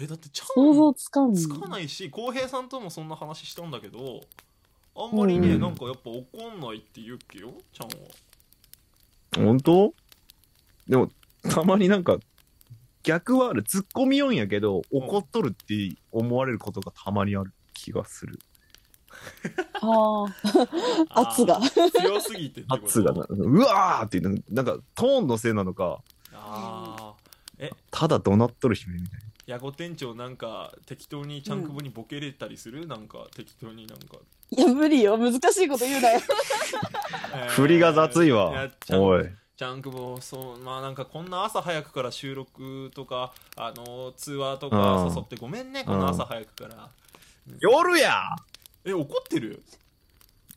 えだってチャ想ン像つかんつかないし浩平さんともそんな話したんだけどあんまりね、うんなんかやっぱ怒んないって言うっけよちゃんは本当でも、たまになんか、逆はある。突っ込みよんやけど、怒っとるって思われることがたまにある気がする。あー 圧があー強すぎてってこと圧がな、うわーっていう、なんか、トーンのせいなのか、あーただ怒鳴っとる姫みたい矢後店長なんか適当にちゃんくぼにボケれたりする、なんか適当になんか、いや無理よ難しいこと言うなよえー な。振りが雑いやわっ。ちゃうおい。ジャンクボそうまあなんかこんな朝早くから収録とかあの通話とかうん誘ってごめんねこの朝早くから夜やえ怒ってる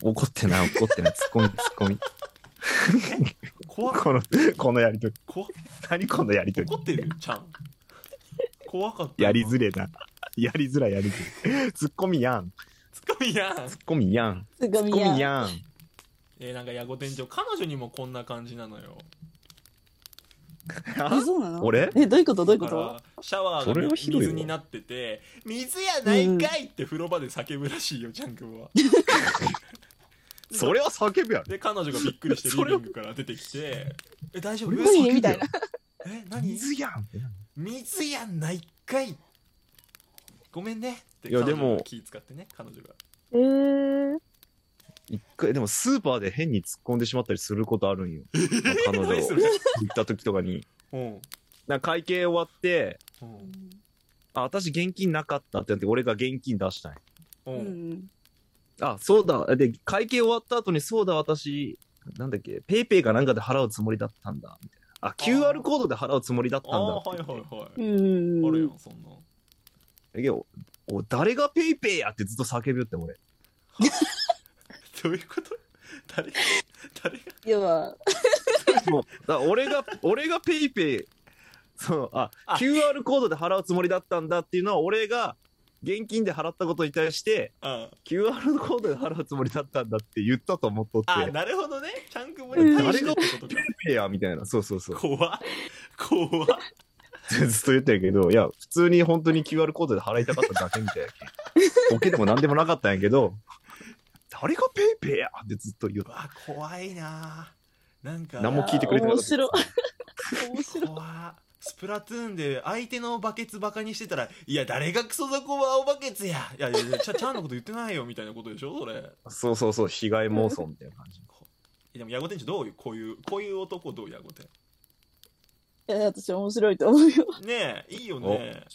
怒ってない、怒ってない。突っ込み、突っ込み。怖この、このやりとり。怖何このやりとり怒。ってるちゃん怖かったやりづれれえな。やりづらい、やりづらい。突っ込みやん。つかみやん突っ込みやん。すご突っい込みややん。えーなんか矢後店長彼女にもこんな感じなのよえそうなの俺えどういうことどういうだこかとらシャワそーれがはひどいわ水になってて水やないかいって風呂場で叫ぶらしいよジャンクボはそれは叫ぶやろ。で彼女がびっくりしてリそれビはングから出てきてえ大丈夫それは叫ぶやろみたいな。え何水やんってな。水やないかいごめんねっていや彼で女もが気使ってね彼女がえー、一回、でもスーパーで変に突っ込んでしまったりすること あるんよ。彼女を何行そっれた時とかに。うんなんか会計終わって、うんあ、私現金なかったってなって、俺が現金出したんよううんん、あ、そうだ。で、会計終わった後に、そうだ、私、なんだっけ、ペイペイかなんかで払うつもりだったんだ。みたいなあ、QR コードで払うつもりだったんああだってはいはいはういん、あるよそんなだけど、お、誰がペイペイやってずっと叫びよって、俺。どういうこと 誰が誰が要はもう、だから俺が、俺がペイペイ、そう、あ、あ QR コードで払うつもりだったんだっていうのは、俺が、現金で払ったことに対して、あ QR コードで払うつもりだったんだって言ったと思っとって、あペなるほどねちゃんくぼに対してってことかイペイや、みたいな、そうそうそう。怖っ怖っずっと言ってんやけど、いや、普通に本当に QR コードで払いたかっただけみたいな。ボケでも何でもなかったんやけど、誰がペイペイやってずっと言うう。わ怖いななんか何も聞いてくれてなか面った。白い 面白い怖っスプラトゥーンで相手のバケツバカにしてたら「いや誰がクソ雑魚は青バケツや!」いやいやいやちゃちゃ んのこと言ってないよみたいなことでしょそれそうそうそう、被害妄想みたいな感じ。えでも、ヤゴ店長どういう、こういう、こういう男どう、ヤゴ店。いや私面白いと思うよねえ、いいよね。